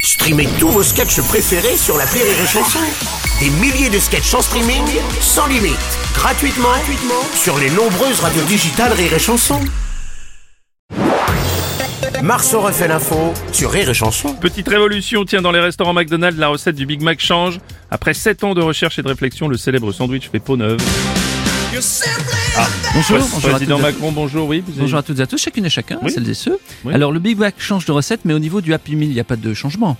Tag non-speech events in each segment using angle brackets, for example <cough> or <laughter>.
Streamez tous vos sketchs préférés sur la Rire et Chanson. Des milliers de sketchs en streaming, sans limite, gratuitement, gratuitement sur les nombreuses radios digitales Rire et Chanson. Marceau refait l'info sur Rire et Chanson. Petite révolution, tiens, dans les restaurants McDonald's, la recette du Big Mac change. Après 7 ans de recherche et de réflexion, le célèbre sandwich fait peau neuve. Bonjour, bonjour à, Président toutes, et- Macron, bonjour, oui. vous avez- bonjour à toutes et à tous, chacune et chacun, Oui. celles et ceux. Oui. Alors le Big Mac change de recette, mais au niveau du Happy Meal, il n'y a pas de changement.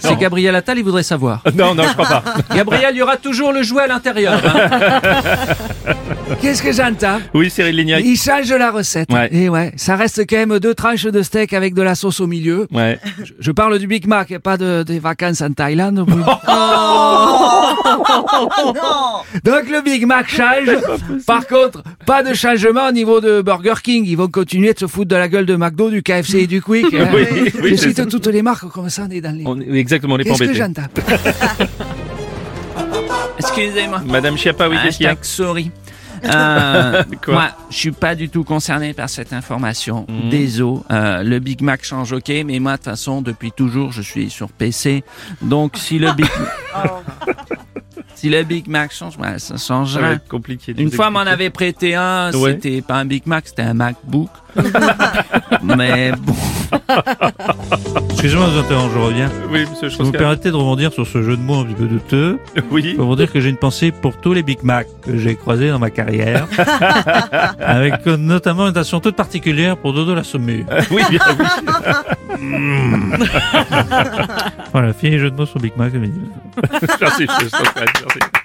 C'est Gabriel Attal, il voudrait savoir. <laughs> Non, non, je crois <laughs> pas. Gabriel, il y aura toujours le jouet à l'intérieur. <laughs> hein. Qu'est-ce que j'entends Oui, Cyril Lignac. Il change la recette. Ouais. Et ouais, ça reste quand même deux tranches de steak avec de la sauce au milieu. Ouais. Je, je parle du Big Mac, et pas de, des vacances en Thaïlande. <laughs> Oh. Donc le Big Mac change. Par contre, pas de changement au niveau de Burger King. Ils vont continuer de se foutre de la gueule de McDo, du KFC et du <laughs> Quick. hein. Oui, oui, je c'est ça. cite toutes les marques comme ça, on est dans les... On est- exactement, on est pas Qu'est-ce que embêtés. j'entends Excusez-moi. Madame Chiappa, oui, qu'est-ce qu'il y a <laughs> Hashtag sorry. Euh, Quoi Hmm. moi, je suis pas du tout concerné par cette information. Désolé. Euh, le Big Mac change, ok, mais moi, de toute façon, depuis toujours, je suis sur PC. Donc, si le <laughs> Big, <laughs> si le Big Mac change, ouais, ça change Ça va rien. être compliqué. de Une vous fois, on m'en expliquer. avait prêté un. Ouais. C'était pas un Big Mac, c'était <laughs> un MacBook. mais bon. Excusez-moi de vous interrompre, je reviens. Oui, monsieur Vous me Schroscar. permettez de rebondir sur ce jeu de mots un petit peu douteux <laughs> Oui. pour vous dire que j'ai une pensée pour tous les Big Mac que j'ai croisés dans ma <laughs> carrière, avec euh, notamment une attention toute particulière pour Dodo la Saumure. Oui, bien, oui. Voilà, fini les jeux de mots sur Big Mac. Merci, monsieur Schroscar. Merci.